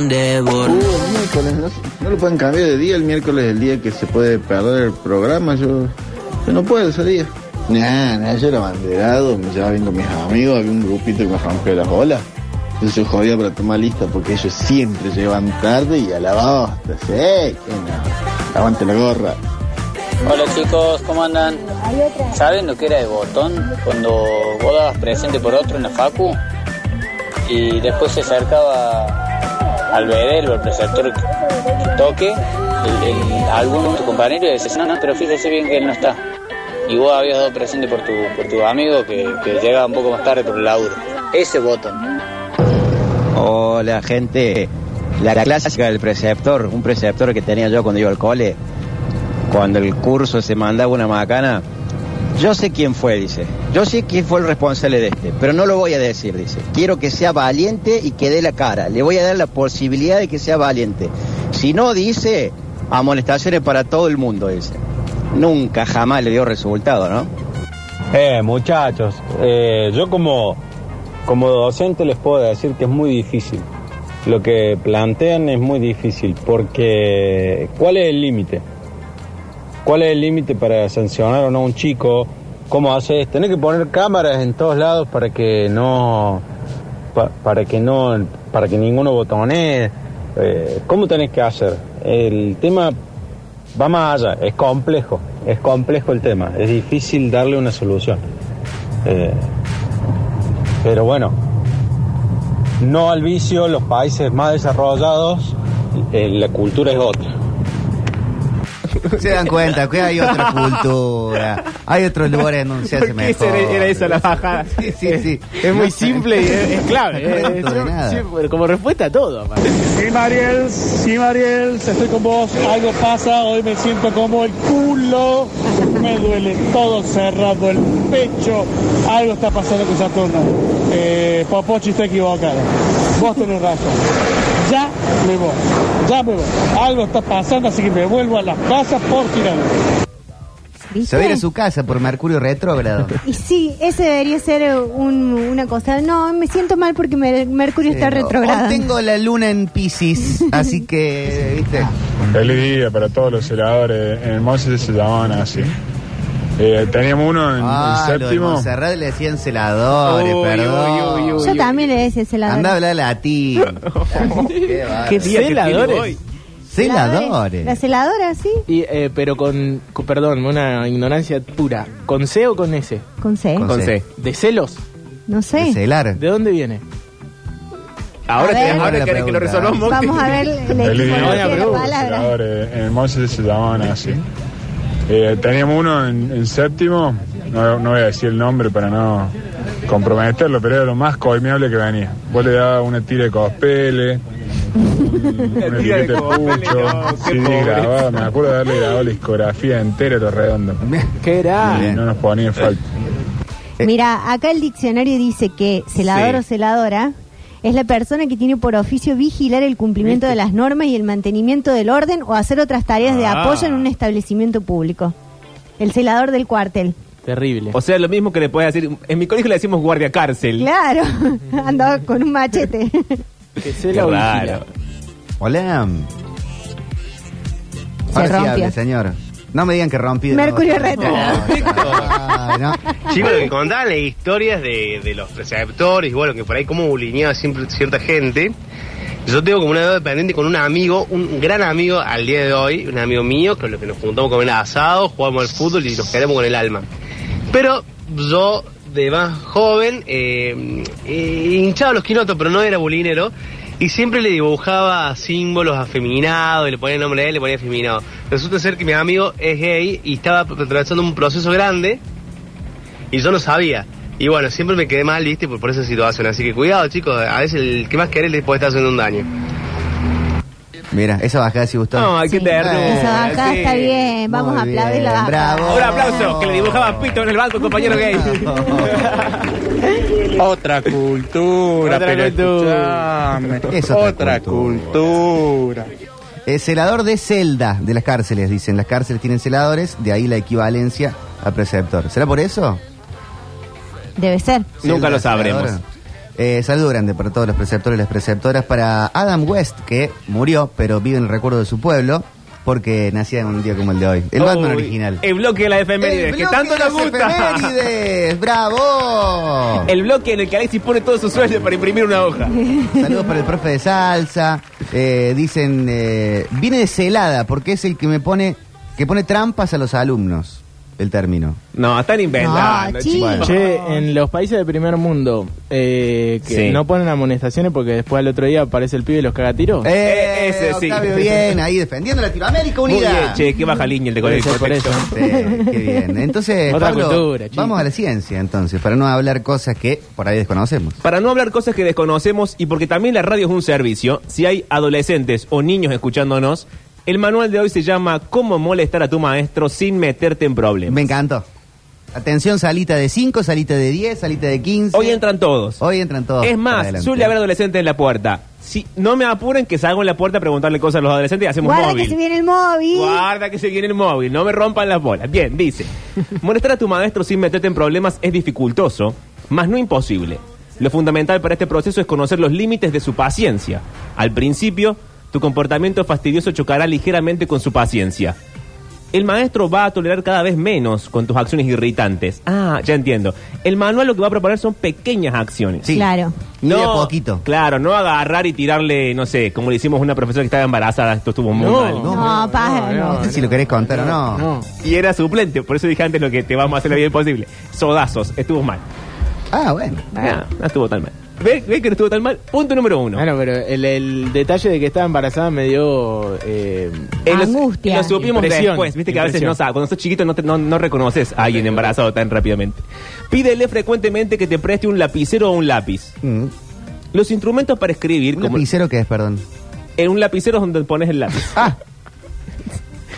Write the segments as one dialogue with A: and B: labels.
A: Uh, miércoles. No, no lo pueden cambiar de día. El miércoles es el día que se puede perder el programa. Yo, yo no puedo ese día. Nah, nah, yo era abanderado, me llevaba bien con mis amigos, había un grupito que me rompió las bolas. Entonces yo jodía para tomar lista porque ellos siempre llevan tarde y a la bosta, ¿sí? Que no. Aguante la gorra.
B: Hola chicos, ¿cómo andan? ¿Saben lo que era de botón? Cuando vos dabas presente por otro en la facu y después se acercaba al bedel o al preceptor que que toque el, el- algún de tu compañero y decís, no, no, pero fíjese bien que él no está. Y vos habías dado presente por tu, por tu amigo que, que llegaba un poco más tarde por el laburo. Ese botón.
C: Hola gente, la clásica del preceptor, un preceptor que tenía yo cuando iba al cole, cuando el curso se mandaba una macana, yo sé quién fue, dice, yo sé quién fue el responsable de este, pero no lo voy a decir, dice, quiero que sea valiente y que dé la cara, le voy a dar la posibilidad de que sea valiente, si no dice, amonestaciones para todo el mundo, dice, nunca jamás le dio resultado, ¿no?
D: Eh, muchachos, eh, yo como, como docente les puedo decir que es muy difícil. Lo que plantean es muy difícil porque ¿cuál es el límite? ¿Cuál es el límite para sancionar o no a un chico? ¿Cómo haces? Tenés que poner cámaras en todos lados para que no pa- para que no para que ninguno botonee. Eh, ¿Cómo tenés que hacer? El tema va más allá, es complejo, es complejo el tema, es difícil darle una solución. Eh, pero bueno, no al vicio, los países más desarrollados, eh, la cultura es otra.
E: Se dan cuenta que hay otra cultura, hay otros lugares en donde se hace
F: ¿Por qué
E: mejor.
F: era, era esa la bajada?
E: Sí, sí, sí.
F: Es muy simple y es, es clave.
E: No me
F: eh,
E: acuerdo de
F: sí,
E: nada.
F: sí, pero como respuesta a todo. aparte.
G: Sí, Mariel, sí, Mariel, estoy con vos. Algo pasa, hoy me siento como el culo. Me duele todo cerrado, el pecho. Algo está pasando con Saturno. Eh, Popochi está equivocado. Vos tenés razón. Ya me voy, ya me voy. Algo está pasando, así que me vuelvo a las casas por tirarlo.
E: Se
H: ¿Viste?
E: va a ir a su casa por Mercurio retrógrado.
H: Y sí, ese debería ser eh, un- una cosa. No, me siento mal porque Mer- Mercurio está
E: Pero
H: retrogrado.
E: Eh, Hoy Oh, tengo la luna en Pisces, así que, viste.
G: Feliz día para todos los celadores. En el Monse se llamaban así. Eh, teníamos uno en
E: Ah, lo de Monserrat le decían celadores,
F: Uy,
E: perdón.
F: uy, uy, uy.
H: Yo también le decía celador.
E: Anda a hablar latín. Qué bárbaro.
F: ¿Qué día que tiene
D: Celadores.
F: hoy?
E: Celadores.
H: La celadora, sí.
F: Y, eh, pero con, con- perdón, una ignorancia pura. ¿Con C o con S?
H: Con C.
E: Con
F: Con
E: C.
F: C. ¿De celos?
H: No
E: De
H: sé.
E: Celar.
F: ¿De dónde viene?
H: A
I: Ahora,
H: ver.
I: que, ahora
E: La
I: querés que lo
E: pregunta.
I: resolvamos.
H: Vamos a ver el
F: día
H: equivalente
F: de
H: de la
F: Bruno,
H: palabra.
G: En el Monse se llamaban así. Eh, teníamos uno en, en séptimo, no, no voy a decir el nombre para no comprometerlo, pero era lo más coimeable que venía. Vos le dabas una tira de cospeles, una
I: tira de
G: etiqueta de
I: cospeles,
G: pucho,
I: no, qué
G: CD
I: pobre.
G: grabado, me acuerdo de haberle grabado la discografía entera a los redondos.
F: ¿Qué era?
E: Muy bien.
G: No nos ponía en falta.
E: Eh.
H: Mira, acá el diccionario dice que celador
I: Sí.
H: o celadora es la persona que tiene por oficio vigilar el cumplimiento de las normas y el mantenimiento del orden o hacer otras tareas de
I: Ah.
H: apoyo en un establecimiento público. El celador del cuartel.
F: Terrible.
I: O sea, lo mismo que le puedes decir. En mi colegio le decimos guardia cárcel.
H: Claro, andaba con un machete.
F: Que
I: Qué
F: cela o vigila.
I: raro.
E: Hola.
H: Se
E: Ahora sí
H: rompió.
E: hable, señor. No me digan que rompí. de
H: Mercurio
E: nuevo.
H: retrógrado.
E: Ay, no.
J: Chicos, me contaban las historias de, de los preceptores, y bueno, que por ahí como bulineaba siempre cierta gente. Yo tengo como una deuda pendiente con un amigo, un gran amigo al día de hoy, un amigo mío, con lo que nos juntamos con el asado, jugamos al fútbol y nos quedamos con el alma. Pero yo, de más joven, eh, eh, hinchaba los quinotos, pero no era bulinero, y siempre le dibujaba símbolos afeminados, y le ponía el nombre a él, le ponía afeminado. Resulta ser que mi amigo es gay y estaba atravesando un proceso grande, y yo no sabía. Y bueno, siempre me quedé mal, viste, por, por esa situación. Así que cuidado, chicos, a veces el que más querés le puede estar haciendo un daño.
E: Mira, esa bajada sí gustó.
I: No, hay que
H: Sí. Esa bajada está bien, vamos
E: Muy
H: a aplaudir la
E: bien,
H: bajada.
E: bravo.
I: Un aplauso, que le dibujaba pito en el banco, compañero gay.
D: Otra cultura,
F: Otra pero cultura.
E: Es otra Otra cultura. Eh, celador de celda de las cárceles, dicen. Las cárceles tienen celadores, de ahí la equivalencia a preceptor. ¿Será por eso?
H: Debe ser.
I: Nunca
E: Celda,
I: lo sabremos.
E: celadora. Eh, saludo grande para todos los preceptores y las preceptoras. Para Adam West, que murió, pero vive en el recuerdo de su pueblo, porque nacía en un día como el de hoy. El Batman
D: Uy,
E: original.
D: El bloque de las efemérides,
E: El
D: que
E: bloque
D: tanto
E: de
D: nos
E: las
D: gusta.
E: efemérides, ¡Bravo!
D: El bloque en el que Alexis pone todo su sueldo para imprimir una hoja.
E: Saludos para el profe de salsa. Eh, dicen, eh, viene de celada, porque es el que me pone, que pone trampas a los alumnos, el término.
D: No, están inventando,
E: No,
D: chicos.
I: Che, en los países del primer mundo eh, que
D: Sí.
I: no ponen amonestaciones porque después al otro día aparece el pibe y los caga a tiros.
E: Eh,
D: E-, ese sí.
E: Octavio, bien, ahí defendiendo Latinoamérica
D: Muy
E: Unida.
D: bien, che, qué baja línea el de
I: Por
D: Colegio
I: eso, por
D: Perfecto.
I: eso.
E: Sí, qué bien. Entonces,
I: Otra
E: Pablo,
I: cultura, chico.
E: vamos a la ciencia entonces, para no hablar cosas que por ahí desconocemos.
D: Para no hablar cosas que desconocemos y porque también la radio es un servicio, si hay adolescentes o niños escuchándonos, el manual de hoy se llama Cómo molestar a tu maestro sin meterte en problemas.
E: Me encantó. Atención, salita de 5, salita de 10, salita de 15.
D: Hoy entran todos.
E: Hoy entran todos.
D: es
E: para
D: más,
E: adelante.
D: suele haber adolescentes en la puerta. Si no me apuren que salgo en la puerta a preguntarle cosas a los adolescentes y hacemos
H: Guarda
D: móvil.
H: que se viene el móvil.
D: Guarda que se viene el móvil, no me rompan las bolas. Bien, dice. Molestar a tu maestro sin meterte en problemas es dificultoso, mas no imposible. Lo fundamental para este proceso es conocer los límites de su paciencia. Al principio, tu comportamiento fastidioso chocará ligeramente con su paciencia. El maestro va a tolerar cada vez menos con tus acciones irritantes. Ah, ya entiendo. El manual lo que va a proponer son pequeñas acciones.
E: Sí.
H: Claro.
E: Y de a poquito.
D: Claro, no agarrar y tirarle, no sé, como le hicimos a una profesora que estaba embarazada, esto estuvo muy mal.
H: No, paja, no.
E: No sé si lo querés contar o no.
D: Y era suplente, por eso dije antes lo que te vamos a hacer la vida imposible. Sodazos, estuvo mal.
E: Ah, bueno.
D: Ah, no estuvo tan mal. ¿Ves ¿Ves que no estuvo tan mal? Punto número uno.
I: Bueno, pero el, el detalle de que estaba embarazada me dio... eh,
D: Eh, lo-
H: Angustia.
D: Lo, supimos
I: Impresión,
D: después, viste que a veces
I: impresión.
D: no sabes, cuando sos chiquito no, te- no, no reconoces a alguien embarazado tan rápidamente. Pídele frecuentemente que te preste un lapicero o un lápiz.
E: Mm.
D: Los instrumentos para escribir,
E: ¿Un
D: como
E: lapicero qué es, perdón?
D: en un lapicero es donde pones el lápiz.
E: Ah,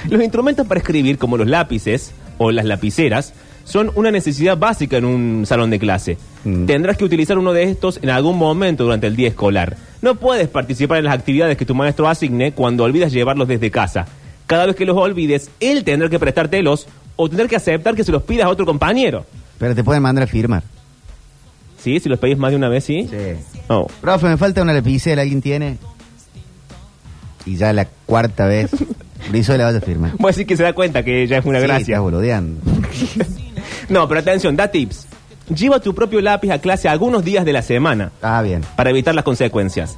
D: Los instrumentos para escribir, como los lápices o las lapiceras, son una necesidad básica en un salón de clase.
E: Mm.
D: Tendrás que utilizar uno de estos en algún momento durante el día escolar. No puedes participar en las actividades que tu maestro asigne cuando olvidas llevarlos desde casa. Cada vez que los olvides, él tendrá que prestártelos o tendrá que aceptar que se los pidas a otro compañero.
E: pero te pueden mandar a firmar.
D: ¿Sí? Si los pedís más de una vez, ¿sí? Oh.
E: Profe, me falta una lapicera, ¿alguien tiene? Y ya la cuarta vez, Brizuela vaya a firmar.
D: Voy a decir que se da cuenta que ya es una
E: Sí,
D: gracia.
E: estás boludeando.
D: No, pero atención, da tips. Lleva tu propio lápiz a clase algunos días de la semana.
E: Ah, bien.
D: para evitar las consecuencias.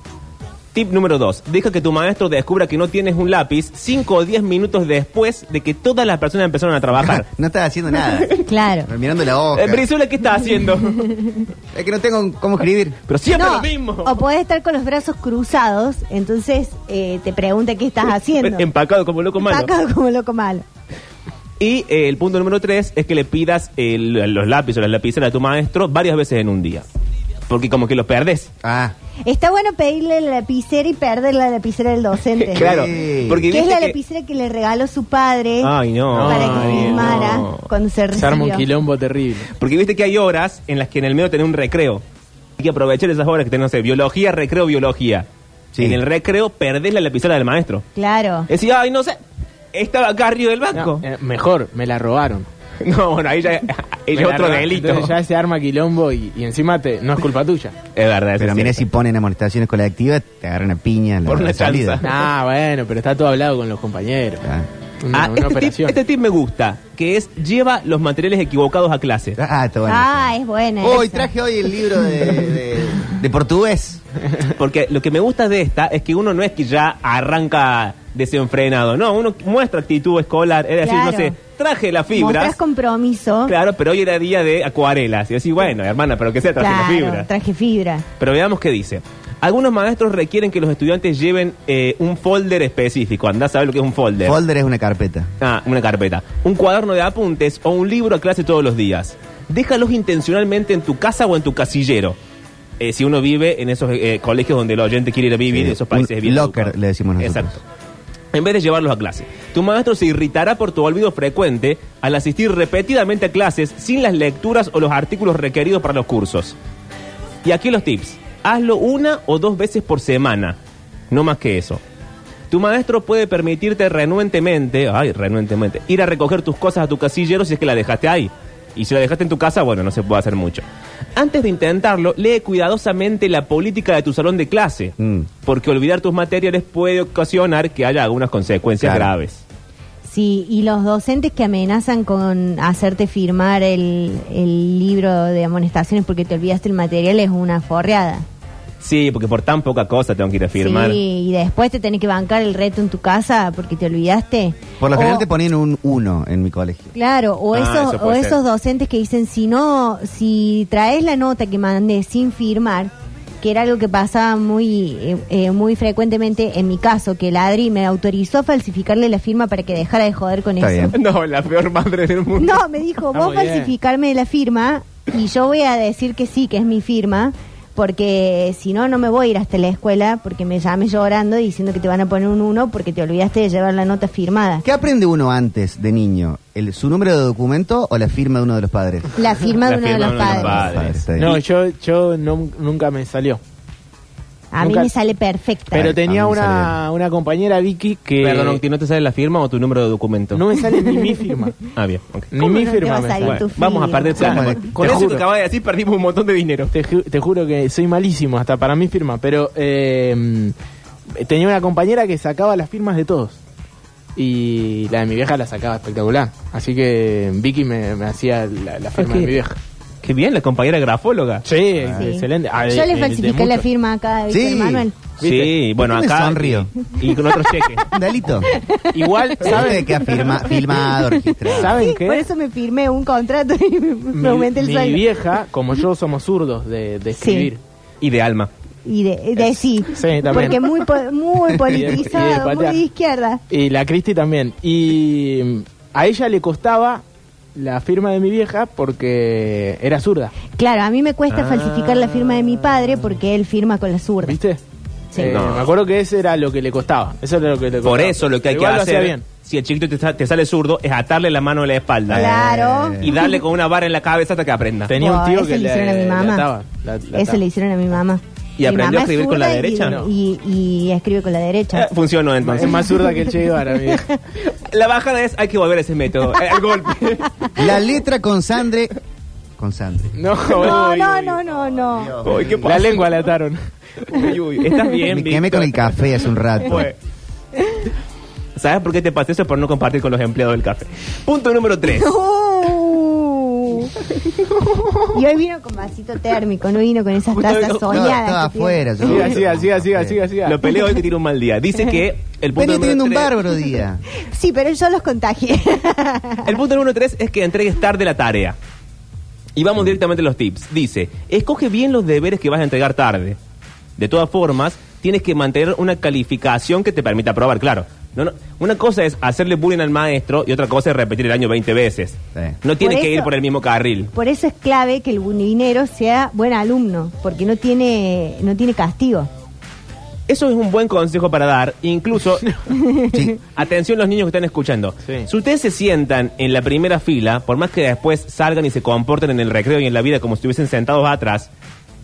D: Tip número 2. Deja que tu maestro descubra que no tienes un lápiz 5 o 10 minutos después de que todas las personas empezaron a trabajar.
E: No estás haciendo nada.
H: Claro.
E: Mirando la hoja.
D: Eh, Brizuela, ¿qué estás haciendo?
E: Es que no tengo cómo escribir.
D: Pero siempre
H: No,
D: lo mismo.
H: O podés estar con los brazos cruzados, entonces eh, te pregunta qué estás haciendo.
D: Empacado como em, loco malo.
H: Empacado como loco malo.
D: Y eh, el punto número 3 es que le pidas el- los lápices o las lapiceras a tu maestro varias veces en un día. Porque como que los perdés.
E: Ah,
H: Está bueno pedirle la lapicera y perder la lapicera del docente.
D: Eh, Claro.
E: Sí.
D: Porque
H: Que es
D: viste
H: la
D: que-
H: lapicera que le regaló su padre
D: Ay, no.
H: para que
D: Ay,
H: firmara
D: no.
H: cuando se recibió.
I: Se arma un quilombo terrible.
D: Porque viste que hay horas en las que en el medio tenés un recreo. Hay que aprovechar esas horas que tenés, no sé, biología, recreo, biología.
E: Sí.
D: En el recreo perdés la lapicera del maestro.
H: Claro.
D: Es decir, ay, no sé, estaba acá arriba del banco.
I: No, eh, mejor, me la robaron.
D: No, bueno, ahí ya, ahí ya
I: Me
D: es
I: la
D: otro
I: robaron.
D: delito.
I: Entonces ya se arma quilombo y, y encima te, no es culpa tuya.
D: Es verdad, eso
E: pero
D: es
E: mira si
D: cierto.
E: ponen amonestaciones colectivas, te agarran a piña en la
D: Por una
E: salida.
D: chanza.
I: Ah, bueno, pero está todo hablado con los compañeros.
E: Ah.
I: Una,
D: Ah, este,
I: una
D: tip,
I: operación.
D: este tip me gusta, que es lleva los materiales equivocados a clase.
E: Ah, está bueno.
H: Ah, es buena.
E: Hoy
H: esa.
E: traje hoy el libro de, de- de portugués.
D: Porque lo que me gusta de esta es que uno no es que ya arranca desenfrenado, no, uno muestra actitud escolar, es decir,
H: Claro.
D: no sé, traje las
H: Mostrás
D: fibras.
H: compromiso.
D: Claro, pero hoy era día de acuarelas. Y decís, bueno, hermana, pero que sea, traje las
H: Claro,
D: fibras.
H: traje fibra.
D: Pero veamos qué dice. Algunos maestros requieren que los estudiantes lleven eh, un folder específico. Andá a saber lo que es un folder.
E: Folder es una carpeta.
D: ah, una carpeta. Un cuaderno de apuntes o un libro a clase todos los días. Déjalos intencionalmente en tu casa o en tu casillero. Eh, si uno vive en esos eh, colegios donde el oyente quiere ir a vivir,
E: Sí,
D: esos países
E: un
D: bien
E: locker,
D: educados.
E: le decimos nosotros.
D: Exacto. En vez de llevarlos a clase, tu maestro se irritará por tu olvido frecuente al asistir repetidamente a clases sin las lecturas o los artículos requeridos para los cursos. Y aquí los tips. Hazlo una o dos veces por semana. No más que eso. Tu maestro puede permitirte renuentemente, ay, renuentemente, ir a recoger tus cosas a tu casillero si es que la dejaste ahí.
I: Y si la dejaste en tu casa, bueno, no se puede hacer mucho. Antes de intentarlo, lee cuidadosamente la política de tu salón de clase, porque olvidar tus materiales puede ocasionar que haya algunas consecuencias
E: Claro.
I: graves.
H: Sí, y los docentes que amenazan con hacerte firmar el, el libro de amonestaciones porque te olvidaste el material es una forreada.
I: Sí, porque por tan poca cosa tengo que ir a firmar.
H: Sí, y después te tenés que bancar el reto en tu casa porque te olvidaste.
E: Por lo general
H: O-
E: te ponían un 1 en mi colegio.
H: Claro, o
E: Ah,
H: esos,
E: eso
H: o
E: puede ser.
H: esos docentes que dicen, si no, si traes la nota que mandé sin firmar, que era algo que pasaba muy, eh, eh, muy frecuentemente en mi caso, que el Adri me autorizó a falsificarle la firma para que dejara de joder con eso.
I: No, la peor madre del mundo.
H: No, me dijo,
I: Está
H: vos
I: muy bien.
H: falsificarme la firma y yo voy a decir que sí, que es mi firma, porque si no, no me voy a ir hasta la escuela porque me llames llorando diciendo que te van a poner un uno porque te olvidaste de llevar la nota firmada.
E: ¿Qué aprende uno antes de niño? ¿El, ¿Su número de documento o la firma de uno de los padres?
H: La firma de uno de los padres.
E: está bien.
F: No, yo, yo no- nunca me salió.
H: A mí
F: Nunca-
H: me sale perfecta.
F: Pero tenía
I: a mí me
F: una, una compañera, Vicky, que...
I: Perdón, Octi, ¿no te sale la firma o tu número de documento?
F: No me sale ni mi firma.
I: Ah, bien, ok.
F: Ni mi
I: no te
F: firma
I: va a
F: me
I: salir
F: sale.
I: tu Bueno, vamos a firma? perder plata.
F: Vamos,
I: Te
F: Con eso
I: juro.
F: que
I: acabas de decir perdimos un montón de dinero.
F: Te, ju- te juro que soy malísimo hasta para mi firma, pero eh, tenía una compañera que sacaba las firmas de todos. Y la de mi vieja la sacaba espectacular. Así que Vicky me, me hacía la, la firma
I: Ok.
F: de mi vieja.
I: Qué bien, la compañera grafóloga.
F: Sí,
I: Sí.
F: excelente. Ah, de-
H: Yo
F: de-
H: le
F: de
H: falsifiqué la
F: mucho.
H: firma acá a Víctor Manuel.
I: Sí, bueno,
E: ¿Por qué me
I: acá.
E: sonrío?
I: Y, y con otros cheques.
E: Un delito.
F: Igual,
E: ¿Saben
F: ¿saben?
E: que ha firma, firmado, registrado?
F: ¿Saben
H: Sí,
F: qué?
H: Por eso me firmé un contrato y me, me
F: Mi,
H: aumenté el
F: mi
H: sueldo.
F: vieja, como yo, somos zurdos de, de escribir.
I: Y de alma.
H: Y de, de sí.
F: Sí, también.
H: Porque muy, po- muy politizado, muy
F: patear.
H: de izquierda.
F: Y la Cristi también. Y mm, a ella le costaba la firma de mi vieja porque era zurda.
H: Claro, a mí me cuesta
F: Ah.
H: falsificar la firma de mi padre porque él firma con la zurda.
F: ¿Viste?
H: Sí.
F: Eh,
I: No.
F: Me acuerdo que ese era lo que le costaba. Eso era lo que le costaba.
I: Por eso lo que hay
F: Igual
I: que
F: lo hacía
I: hacer,
F: bien.
I: si el chiquito te, sa- te sale zurdo, es atarle la mano a la espalda.
H: Claro.
I: Y darle con una vara en la cabeza hasta que aprenda.
F: Tenía un
H: Oh,
F: tío
H: eso
F: que
H: le hicieron a mi
F: le,
H: mamá.
F: le ataba, la- la
H: Eso
F: ataba.
H: le hicieron a mi mamá.
I: ¿Y
H: Mi
I: aprendió a
H: mamá es
I: escribir con la
H: zurda y-
I: derecha? No.
H: Y, y escribe con la derecha.
I: Eh, funcionó entonces.
F: Es más zurda que el Che Guevara, mi vieja.
I: La bajada es, hay que volver a ese método, eh, al golpe.
E: La letra con sangre. Con sangre.
F: No,
H: No,
F: uy,
H: no,
F: uy.
H: no, no, no.
I: Uy, ¿qué
F: La
I: pasa?
F: lengua le ataron.
I: Uy, uy, ¿Estás bien,
E: Me quemé
I: Víctor?
E: con el café hace un rato.
I: Fue. ¿Sabes por qué te pasé eso? Por no compartir con los empleados del café. Punto número 3.
H: Uh. Y hoy vino con vasito térmico, no vino con esas tazas
E: No, estaba
H: soñadas. que tiene.
E: afuera. yo.
F: Siga, siga, siga, siga, siga, siga.
I: Lo peleo hoy que tiene un mal día. Dice que el punto
E: Venía teniendo
I: número
E: un
I: tres-
E: bárbaro día.
H: Sí, pero yo los contagié.
I: El punto número 3 es que entregues tarde la tarea. Y vamos directamente a los tips. Dice, escoge bien los deberes que vas a entregar tarde. De todas formas, tienes que mantener una calificación que te permita aprobar, claro. No, no, Una cosa es hacerle bullying al maestro y otra cosa es repetir el año 20 veces.
E: Sí.
I: No tienes
H: Por
I: que ir
H: eso-
I: por el mismo carril.
H: Por eso es clave que el bulinero sea buen alumno, porque no tiene, no tiene castigo.
I: Eso es un buen consejo para dar. Incluso,
E: Sí.
I: atención los niños que están escuchando.
F: Sí.
I: Si ustedes se sientan en la primera fila, por más que después salgan y se comporten en el recreo y en la vida como si estuviesen sentados atrás,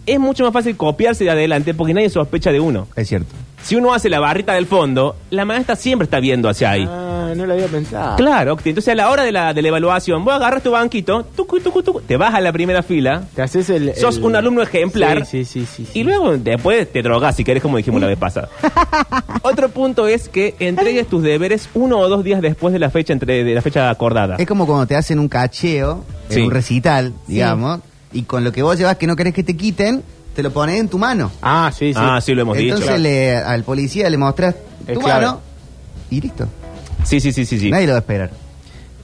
I: es mucho más fácil copiarse de adelante porque nadie sospecha de uno.
E: Es cierto.
I: Si uno hace la barrita del fondo, la maestra siempre está viendo hacia ahí.
F: Ah, no lo había pensado.
I: Claro, Octi. Entonces a la hora de la, de la evaluación, vos agarras tu banquito, tucu, tucu, tucu, te vas a la primera fila,
F: Te haces el.
I: sos
F: el-
I: un alumno ejemplar.
F: Sí, sí, sí. sí, sí.
I: Y luego después te drogas si querés, como dijimos la vez pasada. Otro punto es que entregues tus deberes uno o dos días después de la fecha entre, de la fecha acordada.
E: Es como cuando te hacen un cacheo, en
I: Sí.
E: un recital, digamos, y con lo que vos llevas que no querés que te quiten, te lo pones en tu mano.
F: Ah, sí, sí.
I: Ah, sí, lo hemos
E: Entonces
I: dicho.
E: le- al policía le mostrás tu
F: Es clave.
E: mano y listo.
I: Sí, sí, sí, sí, sí.
E: Nadie lo va a esperar.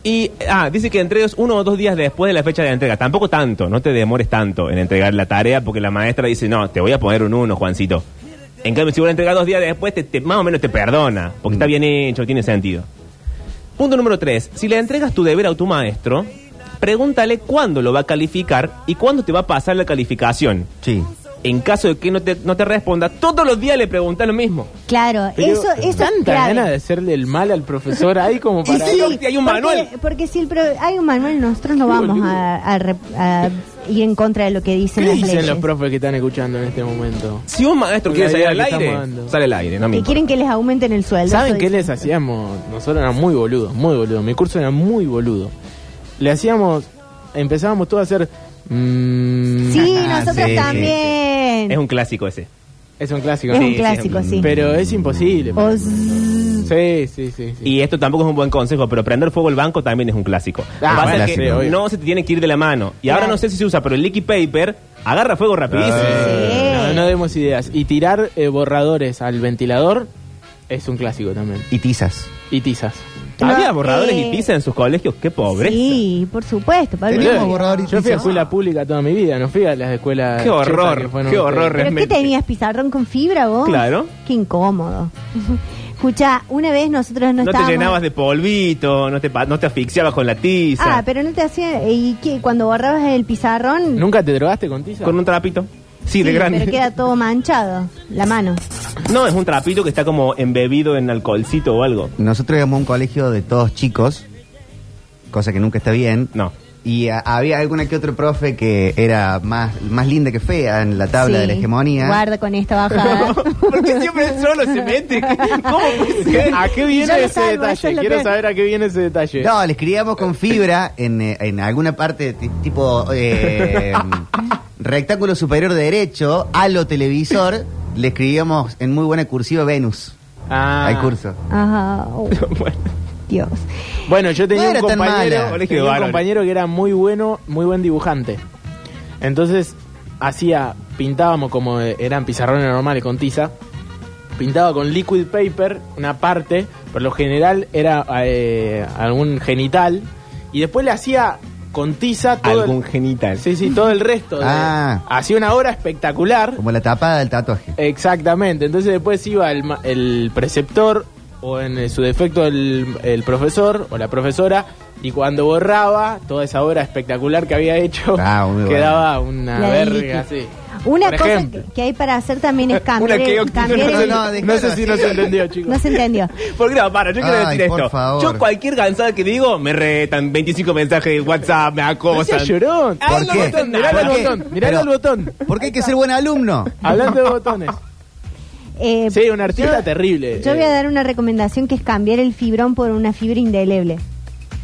I: Y ah, dice que entregues uno o dos días después de la fecha de la entrega. Tampoco tanto, no te demores tanto en entregar la tarea porque la maestra dice, no, te voy a poner un uno, Juancito. En cambio, si vos la entregas dos días después, te, te- más o menos te perdona, porque está bien hecho, tiene sentido. Punto número tres, si le entregas tu deber a tu maestro, pregúntale cuándo lo va a calificar y cuándo te va a pasar la calificación.
E: Sí.
I: En caso de que no te, no te responda, todos los días le pregunta lo mismo.
H: Claro,
F: Pero
H: eso, eso es
F: tanta
H: clave.
F: gana de hacerle el mal al profesor ahí como para.
I: sí, Octi, hay un
H: porque,
I: manual.
H: Porque si el pro- hay un manual, nosotros no vamos a, a re- a ir en contra de lo que
F: ¿Qué
H: dicen las
F: dicen
H: leyes.
F: los profes que están escuchando en este momento?
I: Si un maestro
F: La
I: quiere salir
F: idea
I: al
F: que estamos
I: aire,
F: dando.
I: sale al aire, no me
H: que
I: importa.
H: quieren que les aumenten el sueldo.
F: ¿Saben
H: eso
F: qué
H: dicen.
F: les hacíamos? Nosotros éramos muy boludos, muy boludos. Mi curso era muy boludo. Le hacíamos empezábamos todos a hacer. mm,
H: Sí,
E: Ah,
H: nosotros
E: sí,
H: también.
I: Es un clásico ese.
F: Es un clásico,
H: Es
F: ¿no?
H: un clásico, sí.
F: Pero es imposible.
H: O zzz.
F: Sí, sí, sí. sí.
I: Y esto tampoco es un buen consejo, pero prender fuego el banco también es un clásico.
F: Ah,
I: Lo que pasa
F: bueno,
I: es que
F: sí, obvio.
I: no se te tiene que ir de la mano. Y ahora
H: Claro.
I: no sé si se usa, pero el liquid paper agarra fuego rapidísimo.
H: Sí.
F: No, no demos ideas. Y tirar eh, borradores al ventilador es un clásico también.
E: Y tizas.
F: Y tizas.
I: Había
H: No,
I: borradores
H: eh.
I: y tiza en sus colegios, qué pobreza.
H: Sí, por supuesto, Pablo.
E: Teníamos
F: Boludo,
E: borrador y
F: Yo fui
E: tiza.
F: a escuela pública toda mi vida, no fui a las escuelas.
I: Qué horror,
F: chetas Ah, que fueron
I: qué
F: ustedes.
I: horror.
H: ¿Pero qué
I: realmente.
H: tenías? ¿Pizarrón con fibra vos?
I: Claro.
H: Qué incómodo. Escucha, una vez nosotros no,
I: No te
H: estábamos...
I: llenabas de polvito, no te, pa- no te asfixiabas con la tiza,
H: Ah, pero no te hacía... ¿Y qué? Cuando borrabas el pizarrón...
F: ¿Nunca te drogaste con tiza?
I: con un trapito. Sí, de
H: sí,
I: grande.
H: Pero queda todo manchado, la mano.
I: No, es un trapito que está como embebido en alcoholcito o algo.
E: Nosotros íbamos a un colegio de todos chicos, cosa que nunca está bien.
I: No.
E: Y a- había alguna que otro profe que era más, más linda que fea en la tabla
H: Sí.
E: de la hegemonía.
H: Guarda con esta bajada.
I: Porque siempre solo se mete. ¿Cómo puede ser?
F: ¿A qué
H: Yo lo
F: viene ese
H: salvo, eso es
F: detalle?
H: lo
F: Quiero
H: peor.
F: saber a qué viene ese detalle.
E: No, les criamos con fibra en, eh, en alguna parte ti- tipo eh, rectángulo superior derecho a lo televisor. Le escribíamos en muy buena cursiva Venus
F: Ah.
E: al curso.
H: Ajá, oh,
I: Bueno,
H: Dios.
F: Bueno, yo tenía
E: No era
F: un
E: tan
F: compañero,
E: mala.
F: tenía
I: Colegio de
F: un
I: varones.
F: compañero que era muy bueno, muy buen dibujante. Entonces hacía, pintábamos como eh, eran pizarrones normales con tiza, pintaba con liquid paper una parte, por lo general era eh, algún genital y después le hacía con tiza todo el,
I: algún genital.
F: sí, sí, todo el resto. de-
E: Ah.
F: hacía una obra espectacular.
E: Como la tapada del tatuaje.
F: Exactamente, entonces después iba el, ma- el preceptor o en eh, su defecto el, el profesor o la profesora y cuando borraba toda esa obra espectacular que había hecho
E: Ah, muy bueno.
F: quedaba una
H: La de Liqui.
F: verga así.
H: Una
F: Por
H: cosa
F: ejemplo.
H: que, que hay para hacer también es cambiar,
I: que
H: el,
I: octubre
H: cambiar el-
E: no,
F: No,
E: dejalo
F: sé si
E: así.
F: no se entendió, chicos.
H: Ah, No se entendió.
I: Porque no, para, yo quiero
E: Ay,
I: decir
E: por
I: esto.
E: favor.
I: Yo cualquier cansada que digo, me retan 25 mensajes de WhatsApp, me
F: No
I: acosan.
F: seas llorón.
I: Ah,
E: ¿Por
I: no,
E: qué?
I: botón,
F: mirá
E: ¿Por
F: el
E: qué?
F: botón, mirá
E: Pero-
F: el botón.
E: Porque hay que ser buen alumno.
F: Hablando de botones.
H: Eh,
F: Sí, un artista terrible. eh,
H: Yo voy a dar una recomendación que es cambiar el fibrón por una fibra indeleble.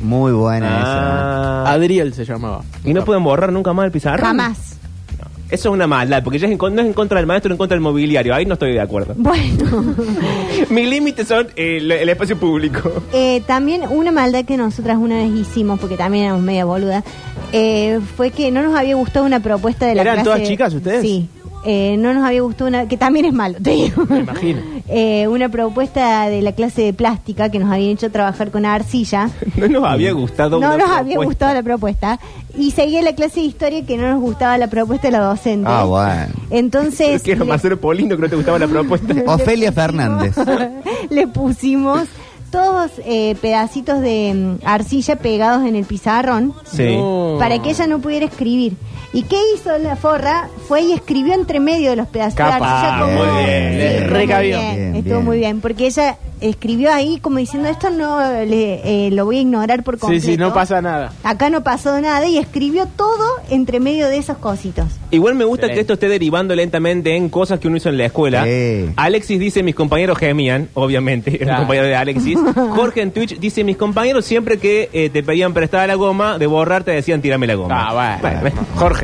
E: Muy buena esa.
I: Ah,
F: Adriel se llamaba.
I: y no pueden borrar nunca más el pizarrón.
H: Jamás.
I: Eso es una maldad, porque ya es en con- no es en contra del maestro, es en contra del mobiliario. Ahí no estoy de acuerdo.
H: Bueno,
I: Mis límites son eh, el, el espacio público.
H: eh, también una maldad que nosotras una vez hicimos, porque también éramos media boluda, eh, fue que no nos había gustado una propuesta de la
F: ¿Eran
H: clase-
F: todas chicas ustedes?
H: Sí. Eh, no nos había gustado una... que también es malo, te digo.
F: Me imagino.
H: Eh, una propuesta de la clase de plástica que nos habían hecho trabajar con arcilla.
I: No nos había gustado.
H: No
I: una
H: nos había
I: propuesta.
H: gustado la propuesta. Y seguía la clase de historia que no nos gustaba la propuesta de la docente.
E: Ah, bueno.
H: Entonces.
I: Que era
H: le-
I: Marcelo Polindo que no te gustaba la propuesta.
E: Ofelia Fernández.
H: le pusimos todos eh, pedacitos de mm, arcilla pegados en el pizarrón
I: Sí.
F: No.
H: para que ella no pudiera escribir. ¿Y qué hizo la forra? Fue y escribió entre medio de los pedacitos de
F: Capaz,
H: arcilla.
I: muy bien. Le
H: estuvo
F: recabió.
H: muy bien,
E: Bien,
H: estuvo
E: bien.
H: muy bien, porque ella escribió ahí como diciendo, esto no le, eh, lo voy a ignorar por
F: Sí,
H: completo.
F: sí, no pasa nada.
H: Acá no pasó nada y escribió todo entre medio de esos cositos.
I: Igual me gusta
F: Excelente.
I: que esto esté derivando lentamente en cosas que uno hizo en la escuela.
E: Sí.
I: Alexis dice, mis compañeros gemían, obviamente, era un
F: Claro.
I: compañero de Alexis. Jorge en Twitch dice, mis compañeros siempre que eh, te pedían prestada la goma, de borrar te decían, tirame la goma.
F: Ah, bueno. Jorge.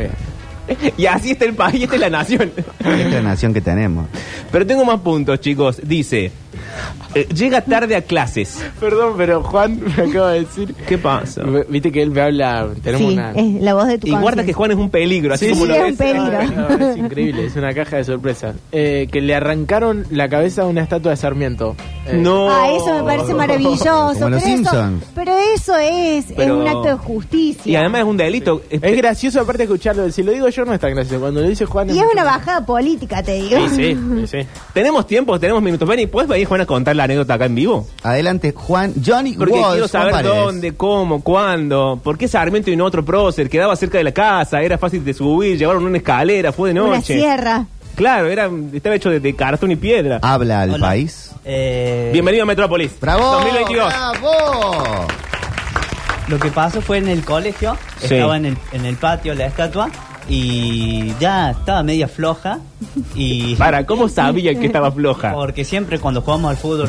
I: Y así está el país, esta es la nación.
E: Esta es la nación que tenemos.
I: Pero tengo más puntos, chicos. Dice, eh, llega tarde a clases.
F: Perdón, pero Juan me acaba de decir.
I: ¿Qué pasa?
F: V- Viste que él me habla. Tenemos
H: sí,
F: una.
H: es la voz de tu
I: Y guarda que
H: conciencia.
I: Juan es un peligro, así
H: Sí,
I: como
H: sí,
I: lo
H: es un
I: ves. ah,
H: peligro.
F: Ay, no, es increíble, es una caja de sorpresas. Eh, que le arrancaron la cabeza a una estatua de Sarmiento. Eh,
I: No.
H: Ah, eso me parece maravilloso.
E: Como los
H: pero, eso,
E: Simpsons.
H: pero eso es,
I: Pero-
H: es un acto de justicia.
I: Y además es un delito.
F: Es gracioso aparte escucharlo. Si lo digo yo no es tan gracioso. Cuando lo dice Juan...
H: Y es
F: mucho
H: una
F: más-
H: bajada política, te digo.
F: Sí, sí, sí.
I: Tenemos tiempo, tenemos minutos. Benny, ¿puedes venir, Juan, a contar la anécdota acá en vivo?
E: Adelante, Juan. Johnny
I: Porque
E: Walsh, Juan
I: quiero saber
E: Paredes.
I: dónde, cómo, cuándo. ¿Por qué Sarmiento y no otro prócer? Quedaba cerca de la casa, era fácil de subir, llevaron una escalera, fue de
H: Una
I: noche.
H: sierra.
I: Claro, era, estaba hecho de, de cartón y piedra.
E: Habla al país.
K: Eh,
I: Bienvenido a Metrópolis.
E: Ah. ¡Bravo!
I: 2022.
E: ¡Bravo!
K: Lo que pasó fue en el colegio,
I: Sí.
K: estaba en el, en el patio la estatua y ya estaba media floja y
I: Para, ¿cómo sabía que estaba floja?
K: porque ah, siempre cuando jugamos al fútbol me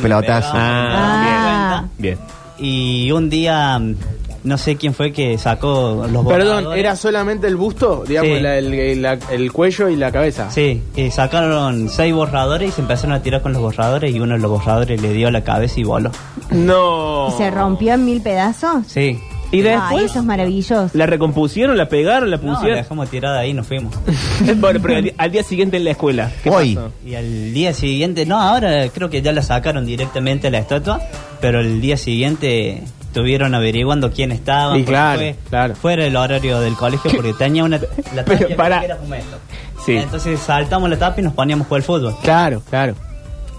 K: pegaba,
E: Pelotazo.
K: me
I: Ah,
K: daba
H: Ah.
K: cuenta.
I: Bien.
K: y un día mm, No sé quién fue que sacó los
F: Perdón,
K: borradores.
F: ¿era solamente el busto? Digamos,
K: Sí.
F: la- el, el- la- el cuello y la cabeza.
K: Sí, que Eh, sacaron seis borradores y se empezaron a tirar con los borradores y uno de los borradores le dio la cabeza y voló.
I: No.
H: ¿Y se rompió en mil pedazos?
K: Sí.
I: Oh. Y
H: Ay,
I: después
H: eso es maravilloso.
I: la recompusieron, la pegaron, la
K: No, la
I: pusieron.
K: dejamos tirada ahí y nos fuimos.
I: Bueno, pero al, di- al día siguiente en la escuela. ¿qué
E: Hoy.
I: pasó?
K: Y al día siguiente, no, ahora creo que ya la sacaron directamente a la estatua, pero el día siguiente estuvieron averiguando quién estaba.
F: Y claro, claro.
K: Fuera del horario del colegio porque tenía una... La
I: Pero
K: tapia
I: pará.
K: que era fumeta.
I: Sí.
K: Entonces saltamos la tapa y nos poníamos a jugar fútbol.
F: Claro, claro.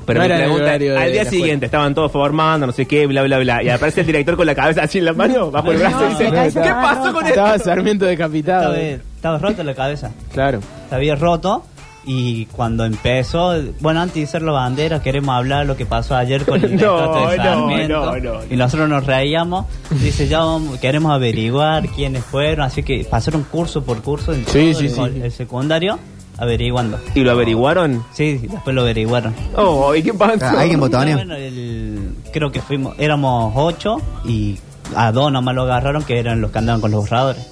I: Pero
F: No
I: me
F: era en el
I: pregunta,
F: horario de
I: al día
F: la escuela.
I: siguiente estaban todos formando, no sé qué, bla, bla, bla. Y aparece el director con la cabeza así en la mano, bajo el
H: No,
I: brazo y dice:
H: la cabeza
I: ¿Qué
H: estaba
I: pasó con
H: rota".
I: esto?
F: Estaba Sarmiento decapitado.
K: Estaba, estaba roto la cabeza.
F: Claro.
K: se había roto y cuando empezó, bueno, antes de hacer la bandera, queremos hablar lo que pasó ayer con el
I: No,
K: estatua de
I: no,
K: Sarmiento.
I: no, no, no.
K: Y nosotros nos reíamos. Dice, ya vamos- queremos averiguar quiénes fueron. Así que pasaron curso por curso en
F: Sí,
K: todo
F: sí,
K: el,
F: sí.
K: el secundario averiguando.
I: ¿Y lo averiguaron?
K: Sí, sí, después lo averiguaron.
I: Oh, ¿y qué pasó?
E: Ah, Alguien botonea.
K: Bueno, eh. el- creo que fuimos, éramos ocho y a dos nomás lo agarraron que eran los que andaban con los borradores.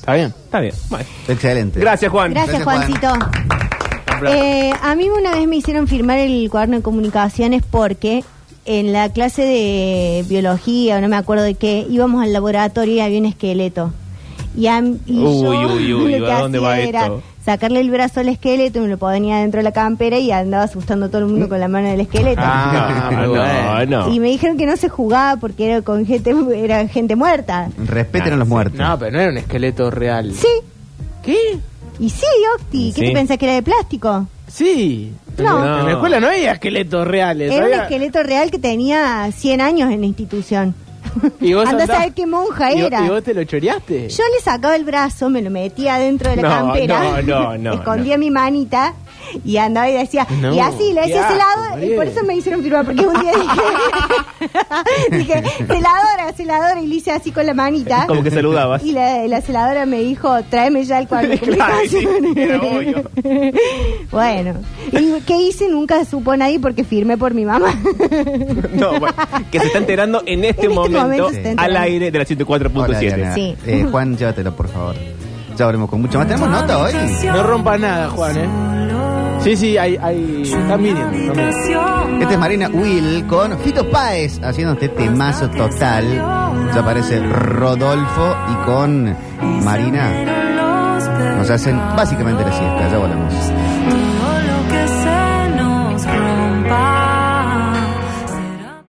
F: Está bien.
I: Está bien. Bueno.
E: Excelente.
I: Gracias, Juan.
H: Gracias,
E: Gracias, Juan.
H: Juancito. Eh, a mí una vez me hicieron firmar el cuaderno de comunicaciones porque en la clase de biología, o no me acuerdo de qué, íbamos al laboratorio y había un esqueleto. Y, a, m- y
I: Uy,
H: yo
I: uy, uy,
H: lo que
I: ¿a dónde
H: hacía
I: va
H: era
I: esto?
H: sacarle el brazo al esqueleto y me lo ponía dentro de la campera y andaba asustando a todo el mundo con la mano del esqueleto.
F: Ah,
I: no,
F: bueno.
I: no,
H: Y me dijeron que no se jugaba porque era con gente, era gente muerta.
E: Respeten a los muertos.
F: No, pero no era un esqueleto real.
H: Sí,
F: ¿Qué?
H: y sí, Octi, ¿qué
I: Sí.
H: te pensás que era de plástico?
F: Sí.
H: No.
F: En la escuela no había esqueletos reales.
H: Era un
F: había-
H: esqueleto real que tenía 100 años en la institución.
F: Y vos
H: Andá a
F: andás-
H: saber qué monja
F: y-
H: era.
F: ¿Y vos te lo choreaste?
H: Yo le sacaba el brazo, me lo metía dentro de la
I: No, no,
H: campera,
I: no, no,
H: escondía mi manita y andaba y decía,
F: No,
H: y así, le
F: qué
H: decía
F: asco,
H: celador, y por
F: Mariel.
H: eso me hicieron firmar, porque un día dije, dije, celadora, celadora, y le hice así con la manita.
I: Como que saludabas.
H: Y la, la celadora me dijo, tráeme ya el cuadro de
I: Claro, sí,
H: comunicaciones".
I: era obvio.
H: bueno, ¿y qué hice? Nunca supo nadie porque firmé por mi mamá.
I: No, bueno, que se está enterando en este,
H: este
I: momento,
H: momento se está
I: al
H: enterando.
I: aire de la
E: Hola,
I: 104.7.
E: Diana.
H: Sí.
E: Eh, Juan, llévatelo, por favor. Ya volvemos con mucho más. ¿Tenemos nota hoy?
F: No rompas nada, Juan, ¿eh? Sí, sí, hay... hay... Está Miriam. está Miriam.
E: Esta Este es Marina Will con Fito Páez haciendo este temazo total. Ya aparece Rodolfo y con Marina nos hacen básicamente la siesta. Ya volvemos.